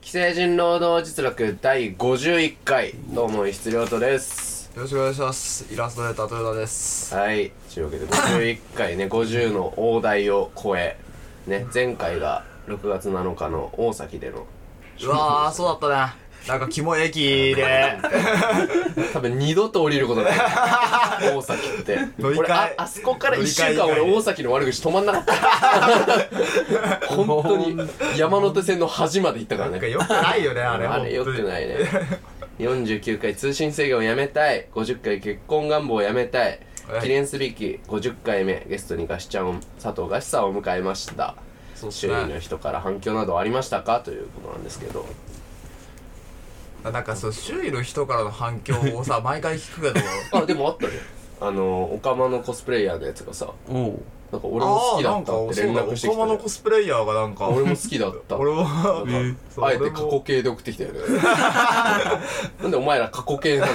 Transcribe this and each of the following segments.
既成人労働実力第51回どうも質量とですよろしくお願いします。イラストレーター豊田です。はいというわけで51回ね50の大台を超えね前回が6月7日の大崎でのうわー、そうだったね。なんか、キモい駅で、多分二度と降りることない大崎って乗り換え俺ああそこから1週間乗り換え俺以外大崎の悪口止まんなかった 本当に山手線の端まで行ったからなんかね良くないよね、あれ。あれ良くないね49回通信制限をやめたい50回結婚願望をやめたいはい記念すべき50回目ゲストにガシちゃんを佐藤ガシさんを迎えましたそうっす周囲のね。人から反響などありましたかということなんですけ どなんか、そう、周囲の人からの反響をさ、毎回聞くけど、あでもあったねあのオカマのコスプレイヤーのやつがさおうなんか俺も好きだったって連なんか、絡してそきうだ、オカマたのねコスプレイヤーがなんか、俺も好きだった俺も、なんかそうあえて過去形で送ってきたよ ねなんでお前ら過去形なの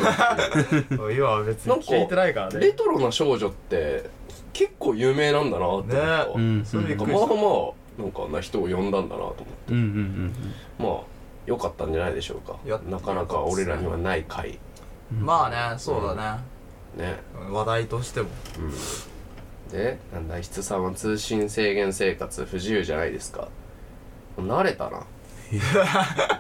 俺も今は別に聞いてないからね。レトロな少女って結構有名なんだなって思ったわ、ねうんそれびっなくんかりまあしまあなんかあんな人を呼んだんだなと思ってうんうんまあ良かったんじゃないでしょうかいやなかなか俺らにはない回うた。んまあね、そうだね。ね話題としても。でなんだ質さんは通信制限生活不自由じゃないですか慣れたな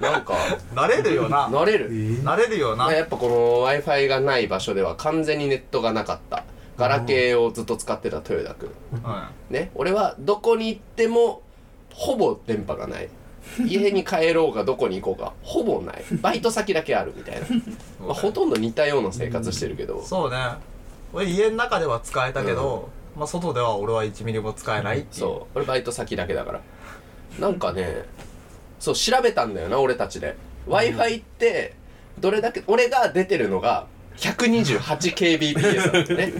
なんか慣れるよな。慣れる、慣れるよまなあ。やっぱこの w i f i がない場所では完全にネットがなかったガラケーをずっと使ってた豊田君うね俺はどこに行ってもほぼ電波がない家に帰ろうがどこに行こうがほぼないバイト先だけあるみたいな、まあ、ほとんど似たような生活してるけど、ん。そうね。俺、家の中では使えたけど、まあ、外では俺は1ミリも使えないっていう。そう俺バイト先だけだからなんかねそう調べたんだよな俺たちで w i f i ってどれだけ俺が出てるのが 128kbps なんだよね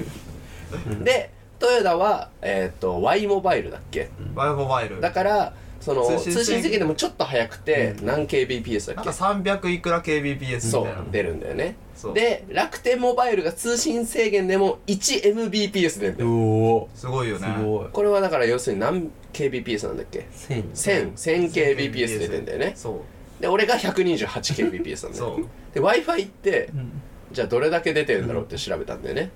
で豊田はえっ、と Y モバイルだっけワイモバイル。だからその通信制限通信制限でもちょっと早くて何 kbps だなっんかけ300いくら KBPS そみたいなう出るんだよねそうで楽天モバイルが通信制限でも 1mbps 出るんだうんようおすごいよすねごいこれはだから要するに何 kbps なんだっけ千1000 1000kbps 出てんだよねそで俺が 128kbps なんうだよそううんで w i f i ってんじゃあどれだけ出てるんだろうって調べたんだよね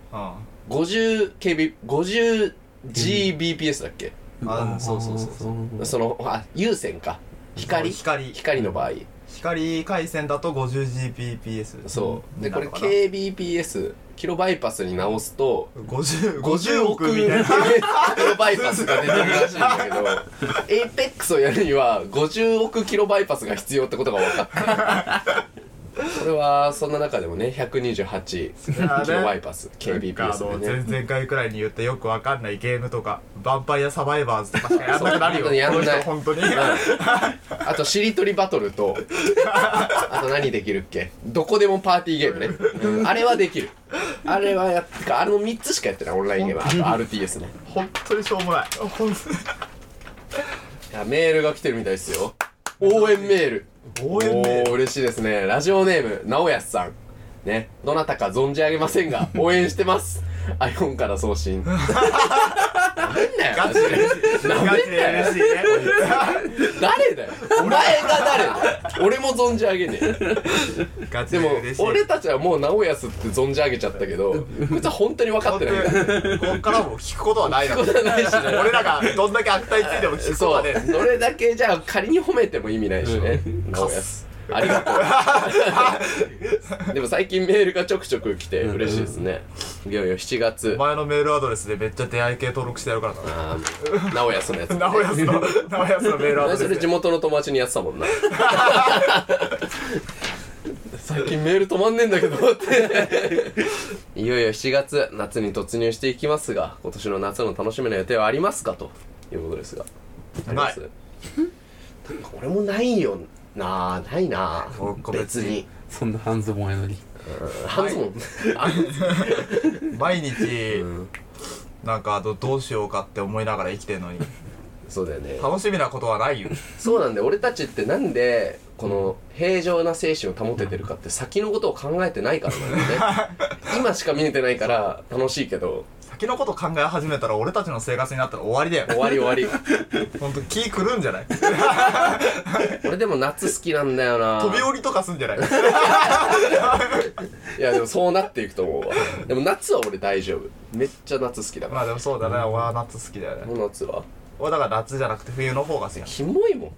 50kb50gbps だっけあそうそうそうそうそのあ有線か光光光の場合光回線だと 50Gbps そうでこれなのかな kbps キロバイパスに直すと50 50 50億億キみたいなロバイパスが出てるらしいんだけど APEX をやるには50億キロバイパスが必要ってことが分かったこれはそんな中でもね128キロバイパスなんかあの KBPS でね前々回くらいに言ってよくわかんないゲームとかヴァンパイアサバイバーズとかしかやんなくなるよそうやんないこの人本当にあとしりとりバトル とあと何できるっけどこでもパーティーゲームね、うんあれはできるあれはやってかあの3つしかやってないオンラインゲームはあと RTS ね本当にしょうもないほんいやメールが来てるみたいですよ応援メール応援メールお嬉しいですねラジオネーム直康さんねどなたか存じ上げません が応援してます iPhone から送信なめんなよマガジチでで嬉しいガチで嬉しいね誰だよお前が誰だよ俺も存じ上げねえガチ ででも 嬉しい俺たちはもう直康って存じ上げちゃったけど こいつは本当に分かってないんだこっからも聞くことはないだ ろないしね俺らがどんだけ悪態ついても聞くことそはうねえどれだけじゃあ仮に褒めても意味ないしね、直康ありが とうでも最近メールがちょくちょく来て嬉しいですね、いよいよ7月お前のメールアドレスでめっちゃ出会い 系登録してやるからなあー直康 のやつ、ね、直 康の直康のメールアドレそスれで地元の友達にやってた もんな最近メール止まんねえんだけどっていよいよ7月夏に突入していきますが今年の夏の楽しみの予定はありますかということですがありますない俺もないよなあないなあ僕別別ににそんな半ズボンやのに半ズ ボン毎日なんかあとどうしようかって思いながら生きてんのにそうだよね楽しみなことはないよそうなんで俺たちってなんでこの平常な精神を保ててるか って先のことを考えてないからなんだよね今しか見えてないから楽しいけど先のこと考え始めたら俺たちの生活になったら終わり終だよわり終わりほんと気狂うんじゃない俺でも夏好きなんだよな飛び降りとかすんじゃないいやでもそうなっていくと思うわでも夏は俺大丈夫めっちゃ夏好きだかまあでもそうだね俺は夏好きだよらねもう夏は俺だから夏じゃなくて冬の方が好きなキモいもん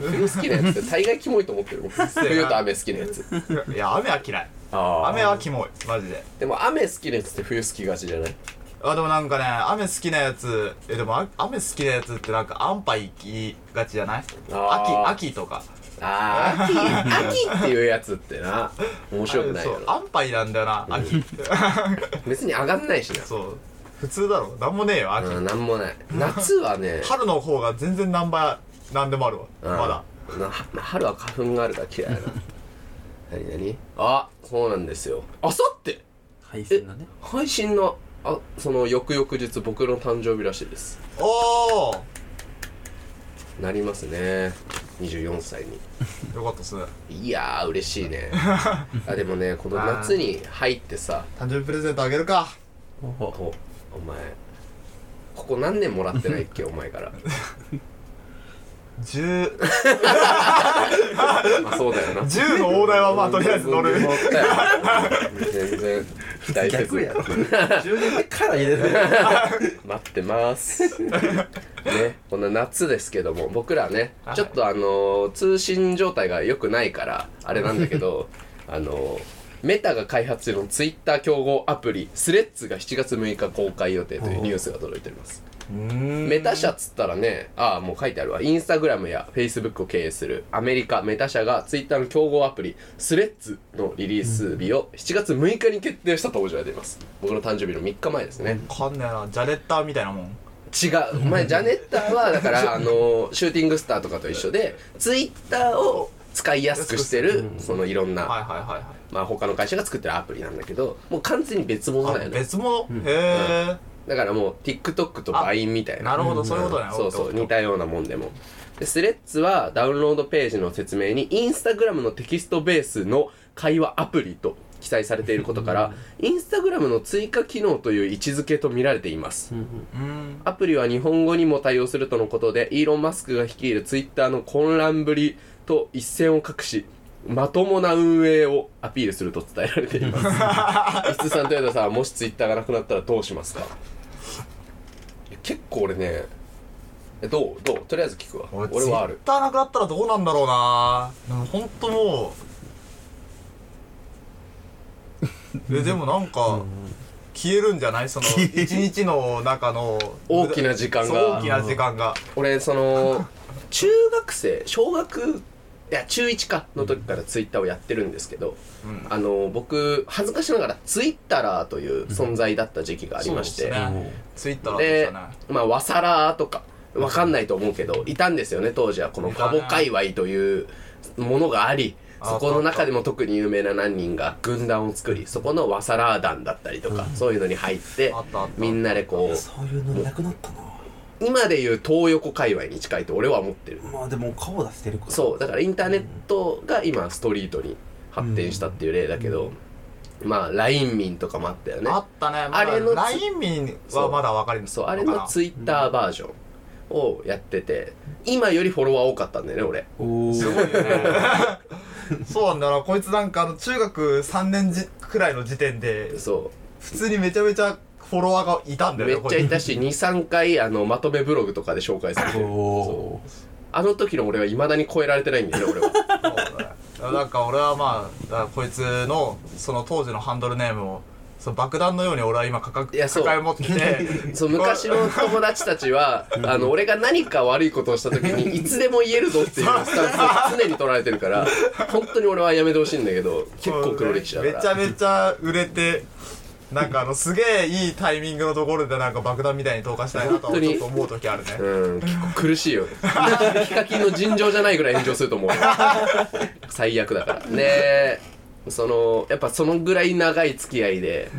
冬好きなやつって大概キモいと思って るもん冬と雨好きなやつ のいや雨は嫌いあ雨はキモいマジででも雨好きなやつって冬好きがちじゃないあでもなんかね雨好きなやつえでもあ雨好きなやつってなんか安牌行きがちじゃないあー秋秋とかあー 秋秋っていうやつってな面白くないそうよな安牌なんだよな秋別に上がんないしなそう普通だろなんもねえよ秋うんなんもない夏は ね春の方が全然何倍何でもあるわうんまだな春は花粉があるから嫌いな何何あそうなんですよあさって配信だね。配信のあその翌々日僕の誕生日らしいですおおなりますね24歳によかったっすねいやー嬉しい ねあでもねこの夏に入ってさ誕生日プレゼントあげるかおおお前ここ何年もらってないっ けお前から10まあそうだよな10の大台はまあとりあえず乗る全然期待せず逆やろ。10年目から入れる。待ってます ねこんな夏ですけども僕らね、はいちょっとあのー通信状態が良くないからあれなんだけ どあのーメタが開発中のツイッター競合アプリスレッズが7月6日公開予定というニュースが届いておりますメメタ社っつったらねああもう書いてあるわインスタグラムやフェイスブックを経営するアメリカメタ社がツイッターの競合アプリスレッズのリリース日を7月6日に決定したと報じられています僕の誕生日の3日前ですね、かんねえなジャレッターみたいなもん違うお前ジャネッターはだからあのシューティングスターとかと一緒でツイッターを使いやすくしてるそのいろんはいな、はいはいはいまあ、他の会社が作ってるアプリなんだけどもう完全に別物だよあね別物、へだからもう TikTok とあ LINE みたえいななるほど、そういうことね、そうそう似にたようなもんでもでスレッズはダウンロードページの説明にインスタグラムのテキストベースの会話アプリと記載されていることからインスタグラムの追加機能という位置づけと見られていますうんアプリは日本語にも対応するとのことで、イーロン・マスクが率いるツイッターの混乱ぶりと一線を画し、まともな運営をアピールすると伝えられています。石津さん、豊田さんはもしツイッターがなくなったらどうしますかいや結構俺ね、えどうどうとりあえず聞くわ。俺ツイはあッる。ターなくなったらどうなんだろうなでもほんと もうえでもなんか消えるんじゃないその一日の中の大きな時間がそう大きな時間が俺、その、中学生、小学、いや、中1かの時からツイッターをやってるんですけど、うんあの僕恥ずかしながらツイッタラーという存在だった時期がありまして、そうですねツイッターでしでたねまあわさらーとかわかんないと思うけどいたんですよね当時はこのカボ界隈というものがありあそこの中でも特に有名な何人が軍団を作りそこのわさらー団だったりとか、そういうのに入ってあったあったみんなでこうそういうのなくなったな。今でいう東横界隈に近いと俺は思ってるまあでも顔出してるから。そうだからインターネットが今ストリートに発展したっていう例だけど、まあ LINE 民とかもあったよねあったねあれのつ LINE 民はまだ分かるのかなそうあれのツイッターバージョンをやってて今よりフォロワー多かったんだよね俺おすーごいよねそうなんだなこいつなんかあの中学3年じくらいの時点でそ普通にめちゃめちゃフォロワーがいたんうだよめねっちゃいた し23回あのまとめブログとかで紹介されてるおー。あの時の俺はいまだに超えられてないんだよね俺 はこいつそうだねだからなんか俺はまあだからこいつのその当時のハンドルネームをその爆弾のように俺は今抱いやえそう抱え持って てそう昔の友達たちはあの俺が何か悪いことをした時 にいつでも言えるぞっていうスタンスを常に取られてるから本当に俺はやめてほしいんだけど結構黒歴史だかめらちゃめちゃ売れてなんかあのすげえいいタイミングのところでなんか爆弾みたいに投下したいなと本当にちょっと思う時あるねうん、結構苦しいよ。ヒカキンの尋常じゃないぐらい炎上すると 思う。最悪だから。ねえ、その、やっぱそのぐらい長い付き合いで、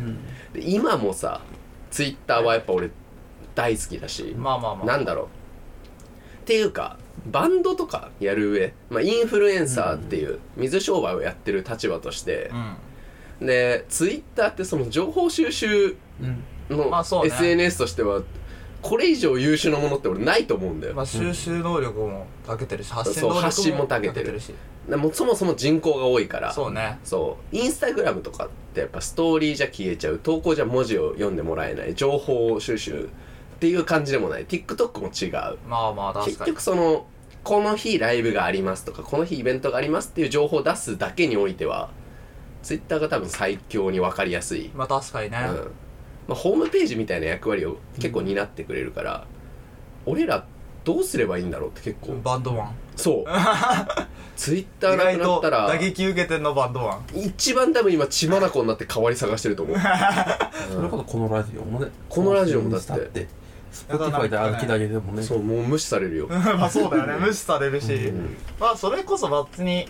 で今もさ、ツイッターはやっぱ俺大好きだし、まあまあまあなんだろう。っていうか、バンドとかやる上、まあ、インフルエンサーっていう水商売をやってる立場としてう、んで、ツイッターってその情報収集うん。の、まあそうね SNS としてはこれ以上優秀なものって俺ないと思うんだよ、まあ、収集能力も長けてるし発信そう能力も発信も長けてるしでもうそもそも人口が多いからそうねそうインスタグラムとかってやっぱストーリーじゃ消えちゃう投稿じゃ文字を読んでもらえない情報収集っていう感じでもない TikTok も違うまあまあ確結かに局そのこの日ライブがありますとかこの日イベントがありますっていう情報を出すだけにおいては Twitter が多分最強に分かりやすい、まあ確かにね、うんまあ、ホームページみたいな役割を結構担ってくれるから、俺らどうすればいいんだろうって結構、バンドマン そう Twitter 意な外くなとったら打撃受けてんのバンドマン 一番多分今血眼になって代わり探してると思うそれこそこのラジオもねこのラジオもだってスポティファイで歩きだけでもねそうもう無視されるよまあそうだよね無視されるし、まあそれこそ別に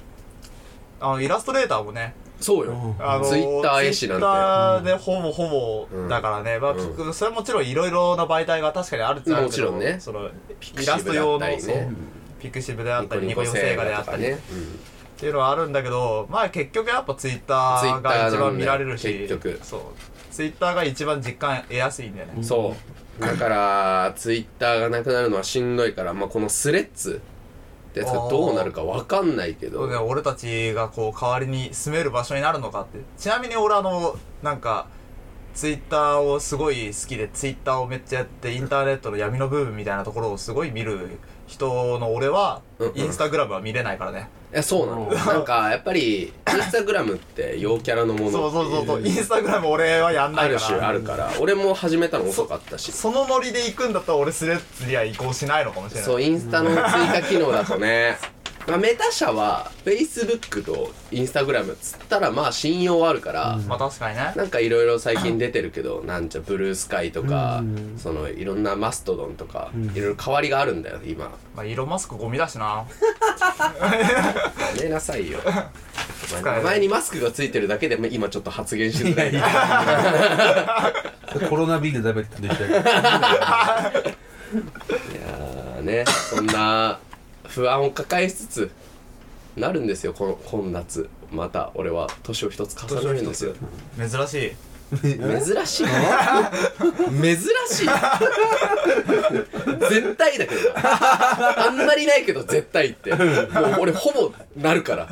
あのイラストレーターもねそうよ、うんあの Twitter 絵師なんて Twitter でほぼほぼだからね、まあ、うそれはもちろんいろいろな媒体が確かにあるっちゃあるけどもちろんねそのクイシラスブトだっ用のたりねそうピクシブであったりニコニコ星星画であったり、ね、うんっていうのはあるんだけどまあ結局やっぱツイッター Twitter が一番見られるしなんだよ結局そうツイッターが一番実感得やすいんだよね、そうだからツイッターがなくなるのはしんどいから、まあ、このスレッズってやつがどうなるかわかんないけそうどね俺たちがこう代わりに住める場所になるのかってちなみに俺あのなんかツイッターをすごい好きでツイッターをめっちゃやってインターネットの闇の部分みたいなところをすごい見る人の俺はうんうんインスタグラムは見れないからね、いやそうなのなんかやっぱりインスタグラムって陽キャラのものっていそうそうそうそうインスタグラム俺はやんなあいるか種あらるから俺も始めたの遅かったしそのノリで行くんだったら俺スレッズには移行しないのかもしれないそうインスタの追加機能だとね、まあ、メタ社は Facebook と Instagram つったらまあ信用はあるから、まあ確かにねなんかいろいろ最近出てるけどなんちゃブルースカイとか、うんそのいろんなマストドンとか、いろいろ変わりがあるんだよ今まあ、イーロンマスクゴミだしな。やめなさいよえない名前にマスクがついてるだけで今ちょっと発言しづらいコロナビール食べてたけいやーねそんな不安を抱えつつなるんですよこの今夏また俺は年を一つ重ねるんですよ珍しい。珍しい珍しい絶対だけどなあんまりないけど絶対ってもう俺ほぼなるから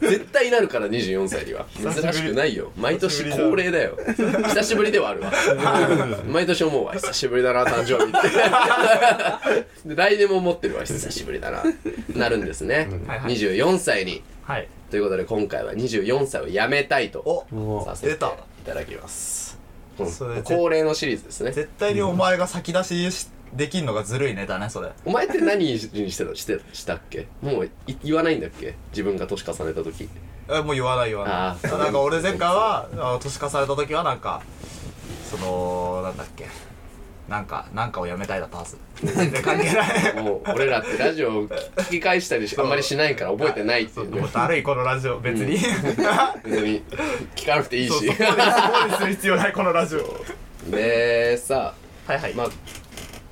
絶対なるから24歳には久しぶり珍しくないよ毎年久しぶ恒例りだだよ久しぶりではあるわ毎年思うわ久しぶりだな誕生日ってで来年も思ってるわ久しぶりだななるんですねはいはい24歳にはい。ということで今回は24歳をやめたいとおどさせていただきます。うんそれ恒例のシリーズですね。絶対にお前が先出ししできんのがずるいネタね、それ。お前って何にしてたしてしたっけもうい言わないんだっけ自分が年重ねた時え、もう言わない言わあなーい。なんか俺前回は、あの年化された時はなんか、その、なんだっけ。なんか、なんかをやめたいだったはず。全然関係ない。もう俺らってラジオを聞き返したりしあんまりしないから覚えてないってそ、いううねもうだるいこのラジオ、別に。別に聞かなくていいそう、そしこで、そこでする必要ない、このラジオ。 でさはいはい。まあ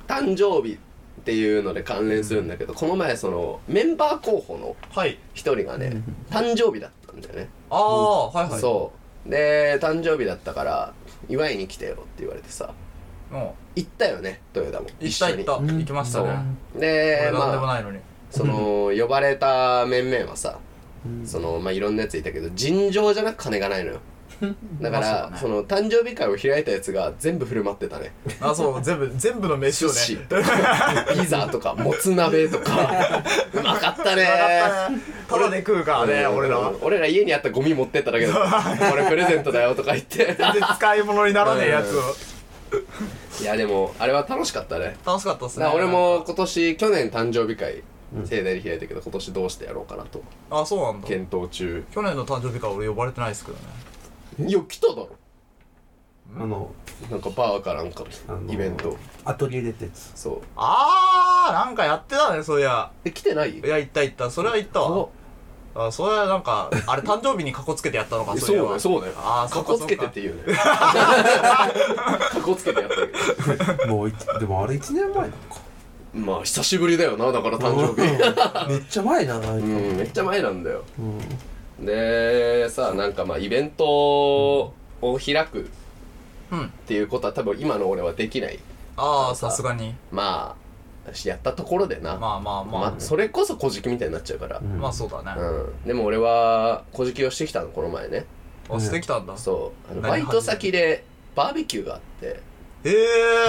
誕生日っていうので関連するんだけどこの前そのメンバー候補のはい。一人がね誕生日だったんだよねああ、はいはい。そうで誕生日だったから祝いに来てよって言われてさう。も行ったよね豊田もう、行った行った。うん行きましたね。たで俺なんでもまあないのに。そ の呼ばれた面々はさうんそのまあいろんなやついたけど尋常じゃなく金が ないのよだかまあらそそうだねの誕生日会を開いたやつが全部振る舞ってた ねあ、そう、全部、全部の飯寿を 司ね。とかピザとかもつ鍋と かうまかったねただで食うからね、うん俺らは。俺ら家にあったゴミ持ってっただ けだったこれプレゼントだよとか言って全然使い物にならねえやつを。いやでもあれは楽しかったね楽しかったっすだね。から俺。も今年去年誕生日会盛大に開いたけど今年どうしてやろうかなとあ、そうなんだ。検討中去年の誕生日から俺呼ばれてないですけどね。いや来ただろあのなんかバーかなんかあのイベントアトリエでってやつそうあー、なんかやってたね、そういや。え来てないいや、行った行った。それは行ったわ。あ、それはなんか、あれ誕生日にカコつけてやったのか、 あそうだいえばよそうだよあー、そかっかこそつっけてっかて。言うねかこつけてやったけどもういでもあれ1年前なのかまあ久しぶりだよなだから誕生日日めっちゃ前なあれうんめっちゃ前なんだようんでさなんかまあイベントを開くうんっていうことは多分今の俺はできないああさすがにまあやったところでな、まあまあまあ、まあそれこそ小じきみたいになっちゃうから、まあそうだね、うん、でも俺は小じきをしてきたのこの前ねあしてきたんだそうあの何バイト先でバーベキューがあってえ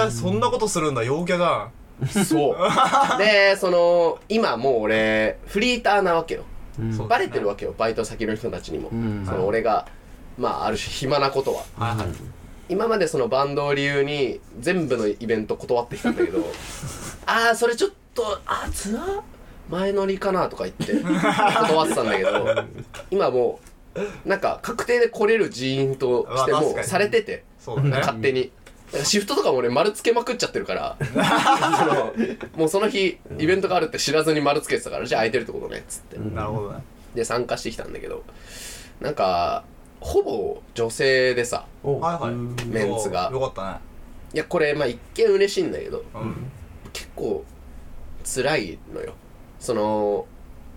えー、そんなことするんだ陽キャじゃんそう でその今もう俺フリーターなわけようんそうバレてるわけよバイト先の人たちにも、うんその俺がまあある種暇なことははいはい、今までそのバンドを理由に全部のイベント断ってきたんだけ どああそれちょっとあーツアー前乗りかなとか言って断ってたんだけど今もうなんか確定で来れる人員としてまあも確かうにされててそうだね勝手に。だからシフトとかも俺丸つけまくっちゃってるから そのもうその日イベントがあるって知らずに丸つけてたからじゃあ空いてるってことねっつってなるほどねで参加してきたんだけどなんかほぼ女性でさおはいはいうんメンツがよかったねいやこれまあ一見嬉しいんだけどうん結構辛いのよその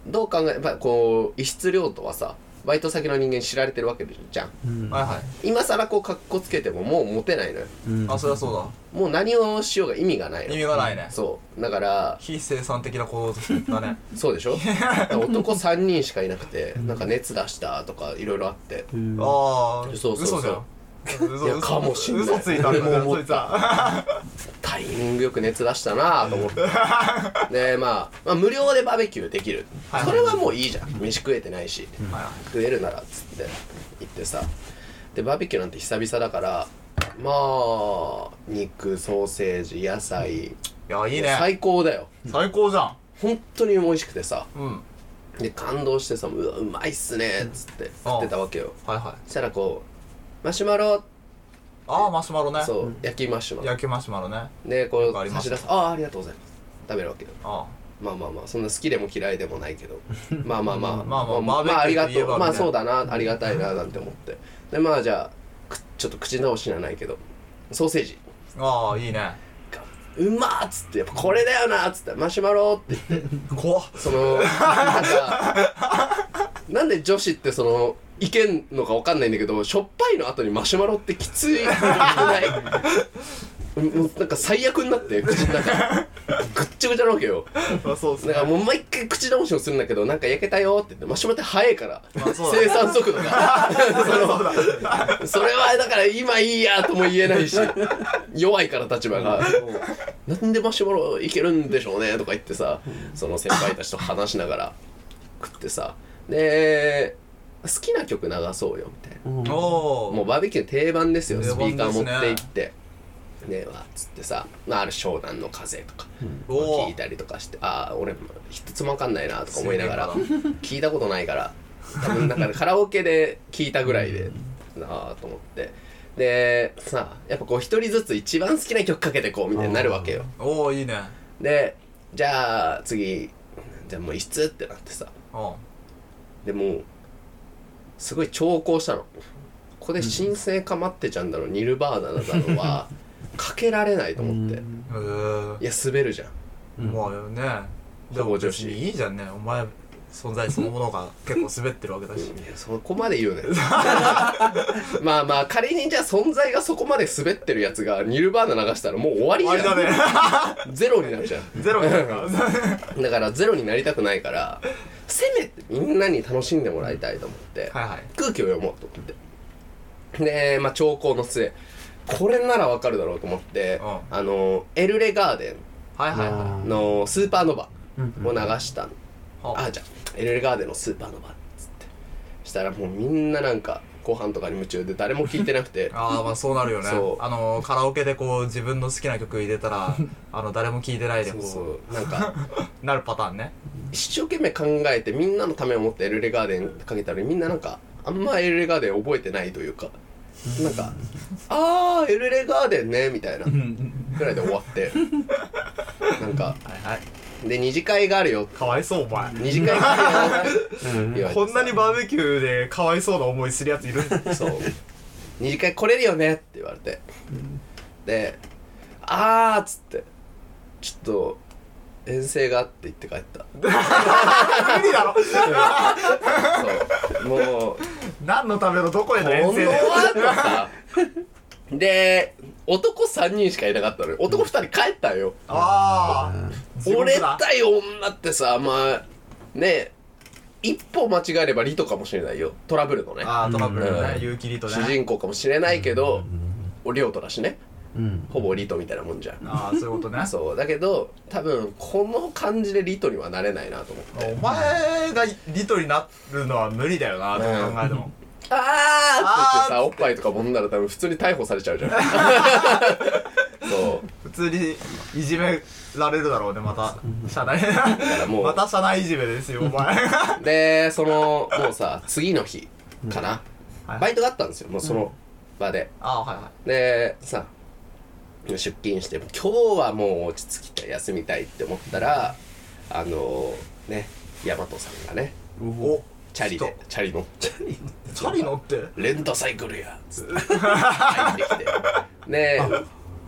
どう考えやっぱこう異質量とはさバイト先の人間知られてるわけじゃんうんはいはい今更こうかっこつけてももうモテないのようんあそりゃそうもう何をしようが意味がないだ意の味がないねそうだから非生産的な行動だねそうでし ょだから男3人しかいなくてなんか熱出したとかいろいろあってうんああそうそうそう嘘じゃん嘘いやかもしんない嘘ついたんだ俺も思った嘘ついたタイミングよく熱出したなぁと思って で、まあ、まあ無料でバーベキューできるはいそれはもういいじゃん飯食えてないしはいはい食えるならっつって行ってさでバーベキューなんて久々だからまあ肉ソーセージ野菜いやいいね最高だよ最高じゃん本当に美味しくてさうんで感動してさ「うわうまいっすね」っつって食ってたわけよはいはいそしたらこうマシュマロああマシュマロねそう焼きマシュマロ焼きマシュマロねでこようくあり差ますし出す「ああありがとうございます」食べるわけよあまあまあまあそんな好きでも嫌いでもないけ どまあまあまあまあまあまあまあバあーりベキューがといえとばうねまあそうだなありがたいななんて思ってでまあじゃあくちょっと口直しじゃないけどソーセージあああいいねがうまーっつってやっぱこれだよなーっつってマシュマロって言って怖っそのなんかなんで女子ってそのいけんのかわかんないんだけどしょっぱいの後にマシュマロってきついない うんうんなんか最悪になって口の中ぐっちゃぐちゃなわけよあ そうっすだからもう毎回口直しをするんだけどなんか焼けたよって言ってマシュマロって早いから、まあそうだ生産速度が そうだそれはだから今いいやとも言えないし弱いから立場が「なんでマシュマロいけるんでしょうね」とか言ってさその先輩たちと話しながら食ってさで好きな曲流そうよみたいなうんもおうおバーベキュー定番ですよ定スピ番ーカー持でってすね行って。ねえわっつってさ、まあ、ある湘南の風とか、おーまあ聞いたりとかしてああ俺も一つもわかんないなとか思いながらすげえ 聞いたことないから多分なんかカラオケで聞いたぐらいでなあと思ってでさやっぱこう一人ずつ一番好きな曲かけてこうみたいになるわけよおおいいねでじゃあ次じゃあもう一つってなってさおうでもうすごい長考したのここで「神聖かまってちゃんだのニルバーナだの はかけられないと思ってうんへいえや滑るじゃんうんまあよねでほぼも女別子にいいじゃんねお前存在そのも のが結構滑ってるわけだしいやそこまで言うね まあまあ仮にじゃあ存在がそこまで滑ってるやつがニルバーナ流したらもう終わり終わりじゃだん、ねゼロになるじゃんゼロになるからだからゼロになりたくないからせめてみんなに楽しんでもらいたいと思って、はいはい空気を読もうと思ってでまあ長考の末これならわかるだろうと思って、うあのエルレガーデはいはいはンのスーパーノヴうんァを流したの、いあじゃあエルレガーデンのスーパーノヴァっつってしたらもうみんななんかご飯とかに夢中で誰も聞いてなくて ああまあそうなるよねそうあのカラオケでこう自分の好きな曲入れ たらあの誰も聴いてないでそうこそうなん かうなるパターンね一生懸命考えてみんなのためを思ってエルレガーデンかけたのにみんななんかあんまエルレガーデン覚えてないというかなんか「あーエルレガーデンね」みたいなぐらいで終わ ってなんかはいはいで二次会があるよかわいそうお前二次会があ るようん言われてこんなにバーベキューでかわいそうな思いするやつい るそう二次会来れるよねって言われてで「あー」っつってちょっと遠征があって言って帰った無理だろそうもう何のためのどこへの本遠当征だよはとかさで男3人しかいなかったのよ男2人帰ったんよ、あうんあ地獄俺だ対女ってさまあね一歩間違えればリトかもしれないよトラブルのねああトラブルねうん有機リトね主人公かもしれないけど、おリオトだしねうんほぼリトみたいなもんじゃんああ そういうことねそうだけど多分この感じでリトにはなれないなと思ってお前がリトになるのは無理だよなどう考えてもあーって言ってあさおっぱいとかもんだら多分普通に逮捕されちゃうじ ゃんそ普通にいじめられるだろうねまた社内らもう また社内いじめですよお 前うでそのもうさ次の日かな、はいバイトがあったんですよもうその場で、ああはいはいでさ出勤して今日はもう落ち着きたい休みたいって思ったらあのね大和さんがねおチャリでチャリ乗ってチャリ乗ってレンタサイクルや つって入ってきてで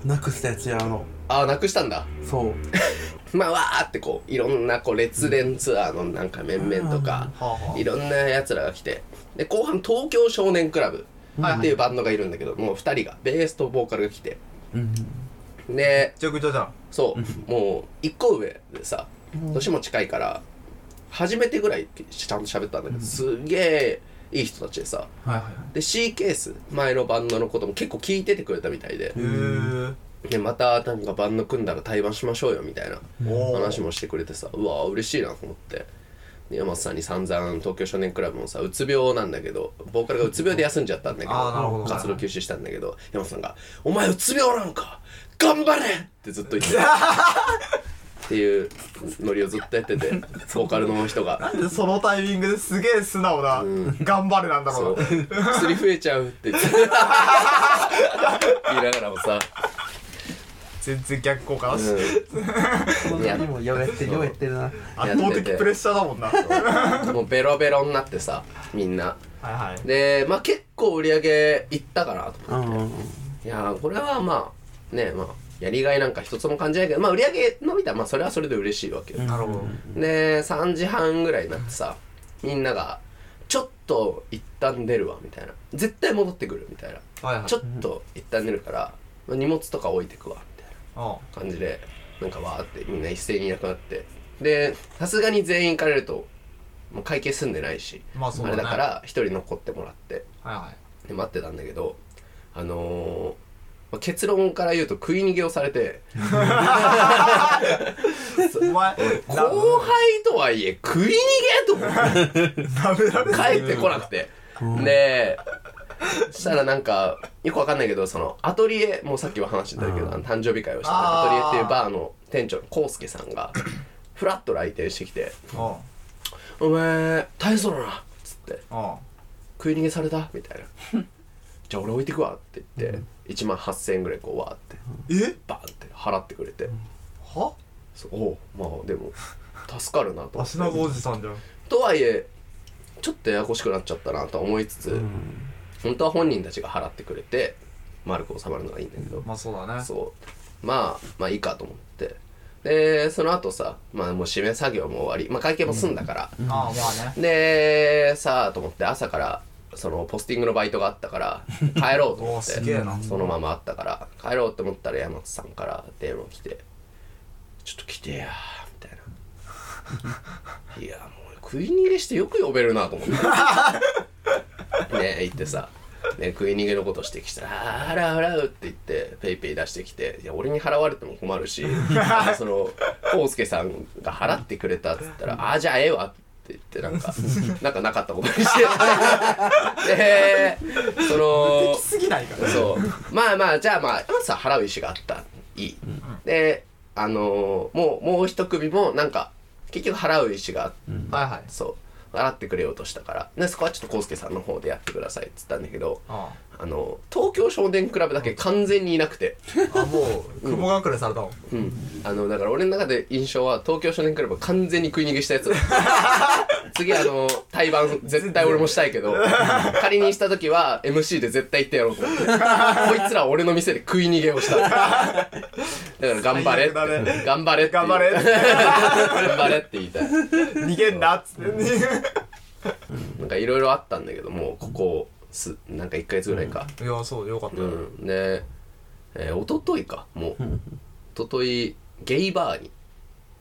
なくしたやつやろああなくしたんだうそうまあわーってこういろんなこう列連ツアーのなんか面々とかはあはいろんなやつらが来てで後半東京少年クラブっていうバンドがいるんだけどもう2人がベースとボーカルが来てうんでめちゃくちゃじゃん そうもう1個上でさ年も近いから初めてぐらいちゃんと喋ったんだけどすげえいい人たちでさはいはいで C ケース前のバンドのことも結構聞いててくれたみたいでへーでまたなんかバンド組んだら対バンしましょうよみたいなおー話もしてくれてさうわ嬉しいなと思ってで山本さんに散々東京少年クラブもさうつ病なんだけどボーカルがうつ病で休んじゃったんだけどあーなるほど活動休止したんだけど山本さんが「お前うつ病なんか頑張れ!」ってずっと言って たっていうノリをずっとやっててボーカルの人がなんでそのタイミングですげえ素直な頑張れなん「だそろううな薬増えちゃう」って言って 言いながらもさ全然逆効果だしうこの時もよえってよえってるなや圧ってて倒的プレッシャーだもんなはいんもうベロベロになってさみんなはいでまあ結構売り上げいったかなと思ってうんうんいやーこれはまあねまあやりがいなんか一つも感じないけどまあ売り上げ伸びたらまあそれはそれで嬉しいわけよ、なるほどで3時半ぐらいになってさみんなが「ちょっと一旦出るわ」みたいな「絶対戻ってくる」みたいなはいは「いちょっと一旦出るから、まあ、荷物とか置いてくわ」みたいあな感じでなんかわーってみんな一斉にいなくなってでさすがに全員行かれるともう会計済んでないし、まあそうだれねだから一人残ってもらってあはいはいで待ってたんだけどあのーまあ結論から言うと食い逃げをされて後お前な輩とはいえ食い逃げと思って舐められ帰ってこなくてでそしたらなんかよくわかんないけどそのアトリエもうさっきも話してたけど、うんあの誕生日会をしてあたーアトリエっていうバーの店長のコウスケさんがフラッと来店してきてお「うお前大変そうだな」っつっておう食い逃げされたみたいな「じゃあ俺置いてくわ」って言って、1万8,000円ぐらいこうわーってえバーンって払ってくれて。はそうおうまあでも助かるなと思っ足長ておじさんじゃんとはいえちょっとややこしくなっちゃったなとは思いつつ、本当は本人たちが払ってくれて丸く収まるのがいいんだけど、まあそうだねそうまあまあいいかと思ってでその後さまあもう締め作業も終わり、まあ、会計も済んだから、ああまあねでさあと思って朝からそのポスティングのバイトがあった から帰ろうと思おっーてすげえなそのままあったから帰ろうと思ったら山本さんから電話来て「ちょっと来てや」みたい な「いやもう食い逃げしてよく呼べるな」と思ってねえ行ってさね、食い逃げのことしてきたら「あら払う」って言ってペイペイ出してきていや俺に払われても困るしあのその康介さんが払ってくれたっつったら「ああじゃあええわ」って言ってなんかなんかなかったことにしてでそのきすぎないからそうまあまあじゃあまあまずは払う意思があったいい、であのーもうもう一組もなんか結局払う意思があって、はいはいそう払ってくれようとしたからでそこはちょっと康介さんの方でやってくださいっつったんだけどああの東京少年クラブだけ完全にいなくて、ああもう雲隠れされたもうんん、あのだから俺の中で印象は東京少年クラブは完全に食い逃げした やつ次あの対バン絶対俺もしたい けど仮にした時は MC で絶対行ってやろうと思ってこいつら俺の店で食い逃げ をしただから頑張れって最悪だ ね頑張れって言う頑張れ頑張れって言いたい逃げんなっつってなんかいろいろあったんだけどもうここすなんか1ヶ月ぐらいか、いやそうよかったうよ、んで、えー、一昨日かもううん一昨日ゲイバーに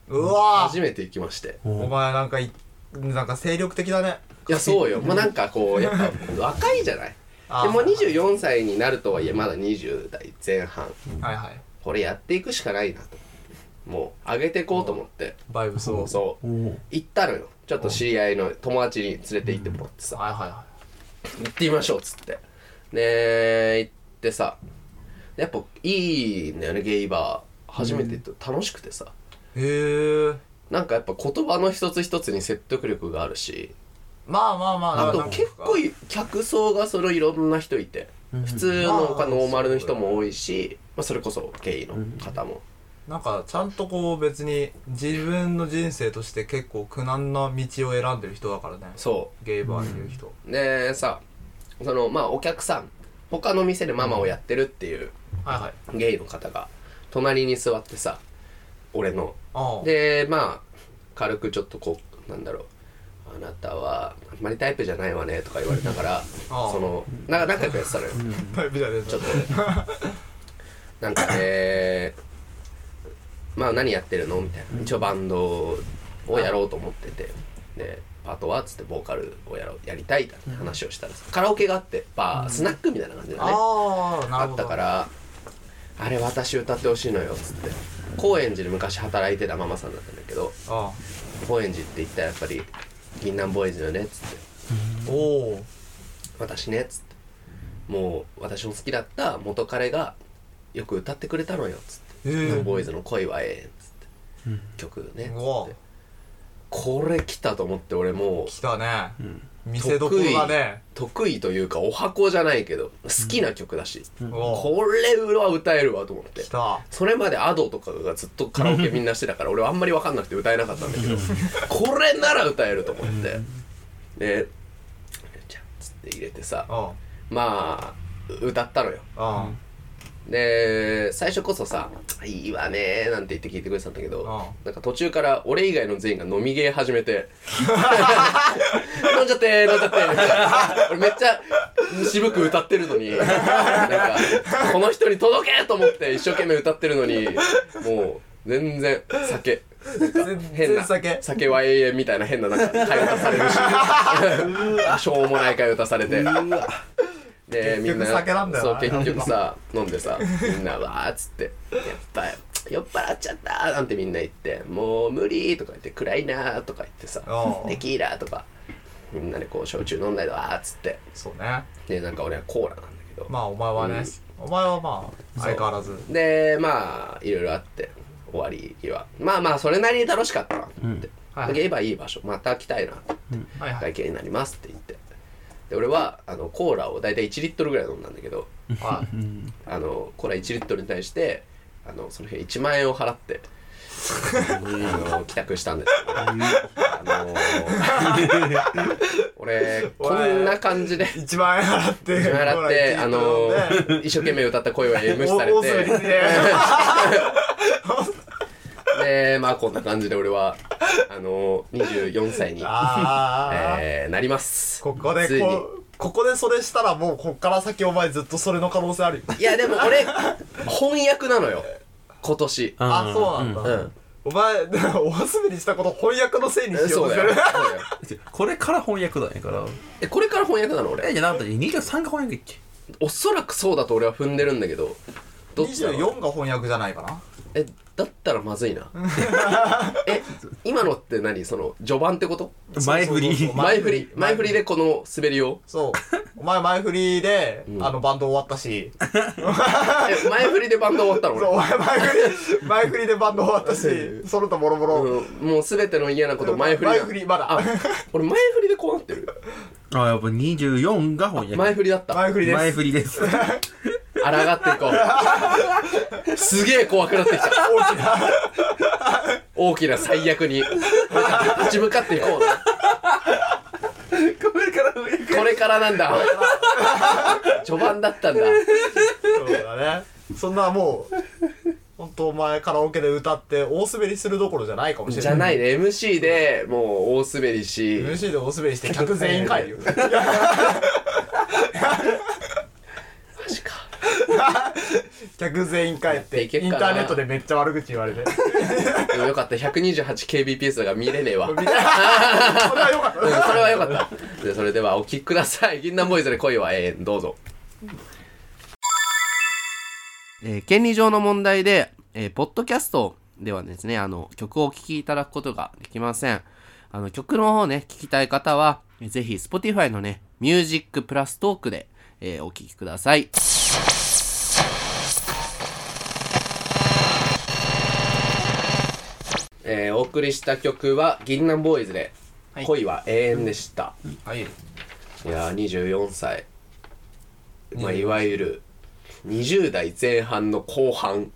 うわ初めて行きましてお前なんかいなんか精力的だねいやそうよもうなんかこ うやっぱ若いじゃないあでもう24歳になるとはいえまだ20代前半はいはいこれやっていくしかないなともう上げていこうと思ってバイブスをそうおう行ったのよちょっと知り合いの友達に連れて行ってもらってさはいはいは行ってみましょうっつってで行ってさやっぱいいんだよねゲイバー初めて行って楽しくてさ、いへえなんかやっぱ言葉の一つ一つに説得力があるしまあまあまああとなんか結構い客層がそのいろんな人いて普通のまあノーマルの人も多いし、まあ、それこそゲイの方も、なんかちゃんとこう別に自分の人生として結構苦難な道を選んでる人だからねそゲイバーにいる人、うでさそのまあお客さん他の店でママをやってるっていうはいはいゲイの方が隣に座ってさ俺のああでまあ軽くちょっとこうなんだろうあなたはあんまりタイプじゃないわねとか言われながらああそのな仲良くやってたのよタイプじゃねえ ちょっとなんかねまあ何やってるのみたいな一応バンドをやろうと思っててでパートはっつってボーカルをやろうやりたいって話をしたらさカラオケがあってバースナックみたいな感じだねああなあるほっどたからあれ私歌ってほしいのよっつって高円寺で昔働いてたママさんだったんだけどああ高円寺って言ったらやっぱり「銀杏ボーイズよね」っつっておお「私ね」っつってもう私の好きだった元彼がよく歌ってくれたのよっつってえ「え銀杏ボー、ーイズの恋はええ」っつって曲ねっつうっわてこれ来たと思って俺もう来たね、ん見せどころだね得意というかお箱じゃないけど好きな曲だしうわこれは歌えるわと思って来たそれまでアドとかがずっとカラオケみんなしてたから俺はあんまり分かんなくて歌えなかったんだけどこれなら歌えると思ってで「じゃあ」つって入れてさあまあ歌ったのよあああで最初こそさ「いいわね」なんて言って聞いてくれてたんだけどうなんか途中から俺以外の全員が飲みゲー始め て「飲んじゃって飲んじゃって」みたいな俺めっちゃ渋く歌ってるのになんかこの人に届けと思って一生懸命歌ってるのにもう全然酒全変然な酒酒は永遠みたいな変ななんか替え歌される ししょうもない替え歌されてで結み局んな酒なんだよそなう 結局さ飲んでさみんなわーっつって「やっぱ酔っ払っちゃった」なんてみんな言って「もう無理」とか言って「暗いな」とか言ってさあ「あテキーラ」とかみんなでこう焼酎飲んだりわーっつってそうねでなんか俺はコーラなんだけどまあお前はね、お前はまあ相変わらずでまあいろいろあって終わり際まあまあそれなりに楽しかったなと思って、うんはいゲイバーいい場所また来たいなってはいはい会計になりますって言ってで俺はあのコーラを大体1リットルぐらい飲んだんだけどはあのコーラ1リットルに対してあのその日1万円を払ってあの帰宅したんですよあの俺こんな感じでい1万円払って1万円払ってあの一生懸命歌った声は M 視され大 大滑りてででまあこんな感じで俺はあの24歳に、ああ、えーなりますここでついにこここでそれしたらもうこっから先お前ずっとそれの可能性あるよいやでも俺翻訳なのよ今年あそうなんだ、うんお前 大滑りしたこと翻訳のせいにしよそううとだよす るそうだよこれから翻訳だねからえこれから翻訳なのえ俺じゃなかったっけ23が翻訳っけおそらくそうだと俺は踏んでるんだけどどっちだろう24が翻訳じゃないかなえだったらまずい なえ今のって何その序盤ってこと前振りそうそうそう前振り前振りでこの滑りをそうお前前振りで、あのバンド終わったし え前振りでバンド終わったのそうお俺前前振り 前振りでバンド終わったしそのとボロボロ、うんもう全ての嫌なこと前振りだ前振りまだあ俺前振りでこうなってるあやっぱ24が翻訳前振りだった抗 前振りです前振りですっていこう すげえ怖くなってきた大きな大きな最悪に立ち向かっていこうなこれから翻訳これからなん だ序盤だったんだそうだねそんなもう本当お前カラオケで歌って大滑りするどころじゃないかもしれないじゃないね MC でもう大滑りし MC で大滑りして客全員帰るよマジか客全員帰やってっていけイっンかタなーネットでめっちゃ悪口言われてでもよかった 128kbps が見れねえわみたいなそれはよかったうんそれはよかったでそれではお聴きください「銀杏ボーイズで恋は永遠」どうぞ、えー権利上の問題で、えーポッドキャストではですねあの曲をお聴きいただくことができませんあの曲の方ね聴きたい方はえーぜひ Spotify のね「ミュージックプラストークで、えーお聴きくださいえーお送りした曲は「銀杏ボーイズで恋は永遠」でした、はいいやー24歳、まあ、いわゆる20代前半の後半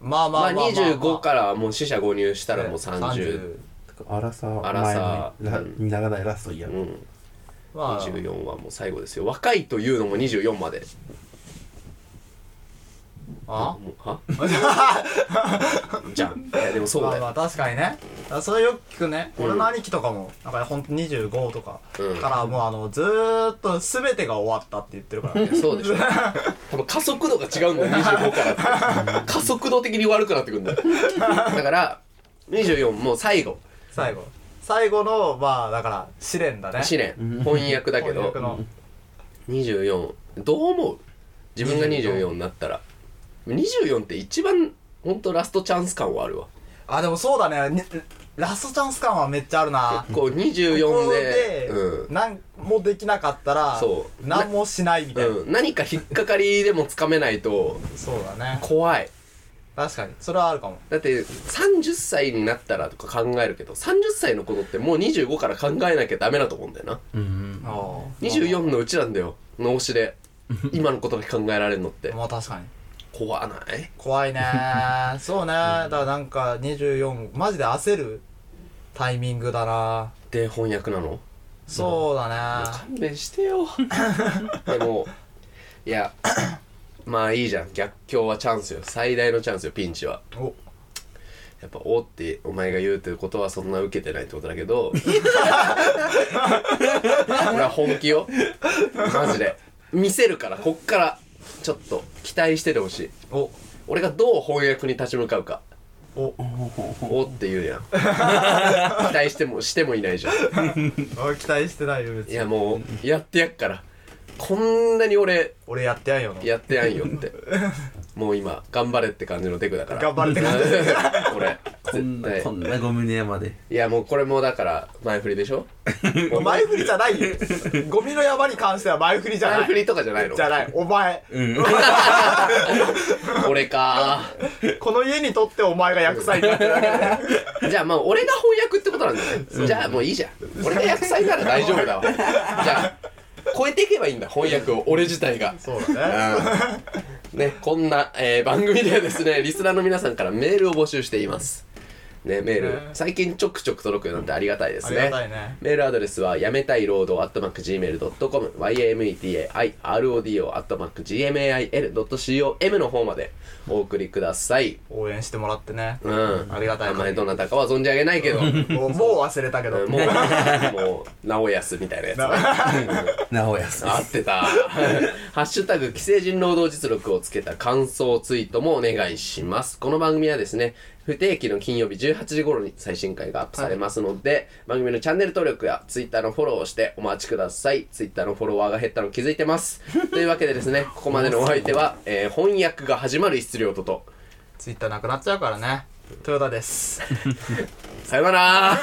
まあままああまあ25からはもう死者購入したらもう3024 30あらさあらさ前のうラ見長いラストいやまあはもう最後ですよ若いというのも24まであもう はじゃんいやでもそうまだあまよあ確かにねあそれよく聞くね俺の兄貴とかもなんかほんと25とかうんからもうあのずーっと全てが終わったって言ってるからねそうでしょ多分加速度が違 うんだよ25からって加速度的に悪くなってくるんだよだから24もう最後最後最後のまあだから試練だね試練翻訳だけど翻訳の24どう思う自分が24になったら24って一番ほんとラストチャンス感はあるわあでもそうだねにラストチャンス感はめっちゃあるなこうこ24こででうん何もできなかったらそう何もしないみたいなうん、何か引っかかりでもつかめないとそうだね怖い確かにそれはあるかもだって30歳になったらとか考えるけど30歳のことってもう25から考えなきゃダメだと思うんだよなうん24のうちなんだよ脳死で今のことだけ考えられるのってまあ確かに怖ない怖い ねーそうねだからなんか24マジで焦るタイミングだなで翻訳なのそうだね勘弁してよ でもいや まあいいじゃん逆境はチャンスよ最大のチャンスよピンチはおやっぱ「お」ってお前が言うってことはそんな受けてないってことだけど 俺は本気よマジで見せるからこっからちょっと期待しててほしいお俺がどう翻訳に立ち向かうかお「お」って言うやん期待してもしてもいないじゃんお期待してないよ別いにやもうやってやっからこんなに俺俺やってやんよなやってやんよ ってもう今頑張れって感じのデクだから頑張れって 感じこれこんな絶こ対んなご胸山でいやもうこれもだから前振りでしょお前振りじゃない よゴミの山に関しては前振りじゃない前振りとかじゃないのじゃないお前うん俺か この家にとってお前が厄災になってるだけだ よじゃあまあ俺が翻訳ってことなんだねじゃあもういいじゃん俺が役者なら大丈夫 だわじゃあ超えていけばいいんだ翻訳を俺自体がそうだねね、こんな、えー番組ではですね、リスナーの皆さんからメールを募集しています。ね、メール、ね最近ちょくちょく届くようになんてありがたいですね。ありがたいねメールアドレスは、やめたい労働、アットマーク Gmail.com、yametairodo、アットマーク Gmail.com の方までお送りください。応援してもらってねうん。ありがたい名前どなたかは存じ上げないけど、うんもうもう忘れたけどもう、もう、直安みたいなやつね。なおやす合ってた。 ハッシュタグ、既成人労働実力をつけた感想ツイートもお願いします。この番組はですね、不定期の金曜日18時頃に最新回がアップされますので、番組のチャンネル登録やツイッターのフォローをしてお待ちください。ツイッターのフォロワーが減ったの気づいてます。というわけでですね、ここまでのお相手は、えー翻訳が始まる質量とと、ツイッターなくなっちゃうからねトヨタですさよなら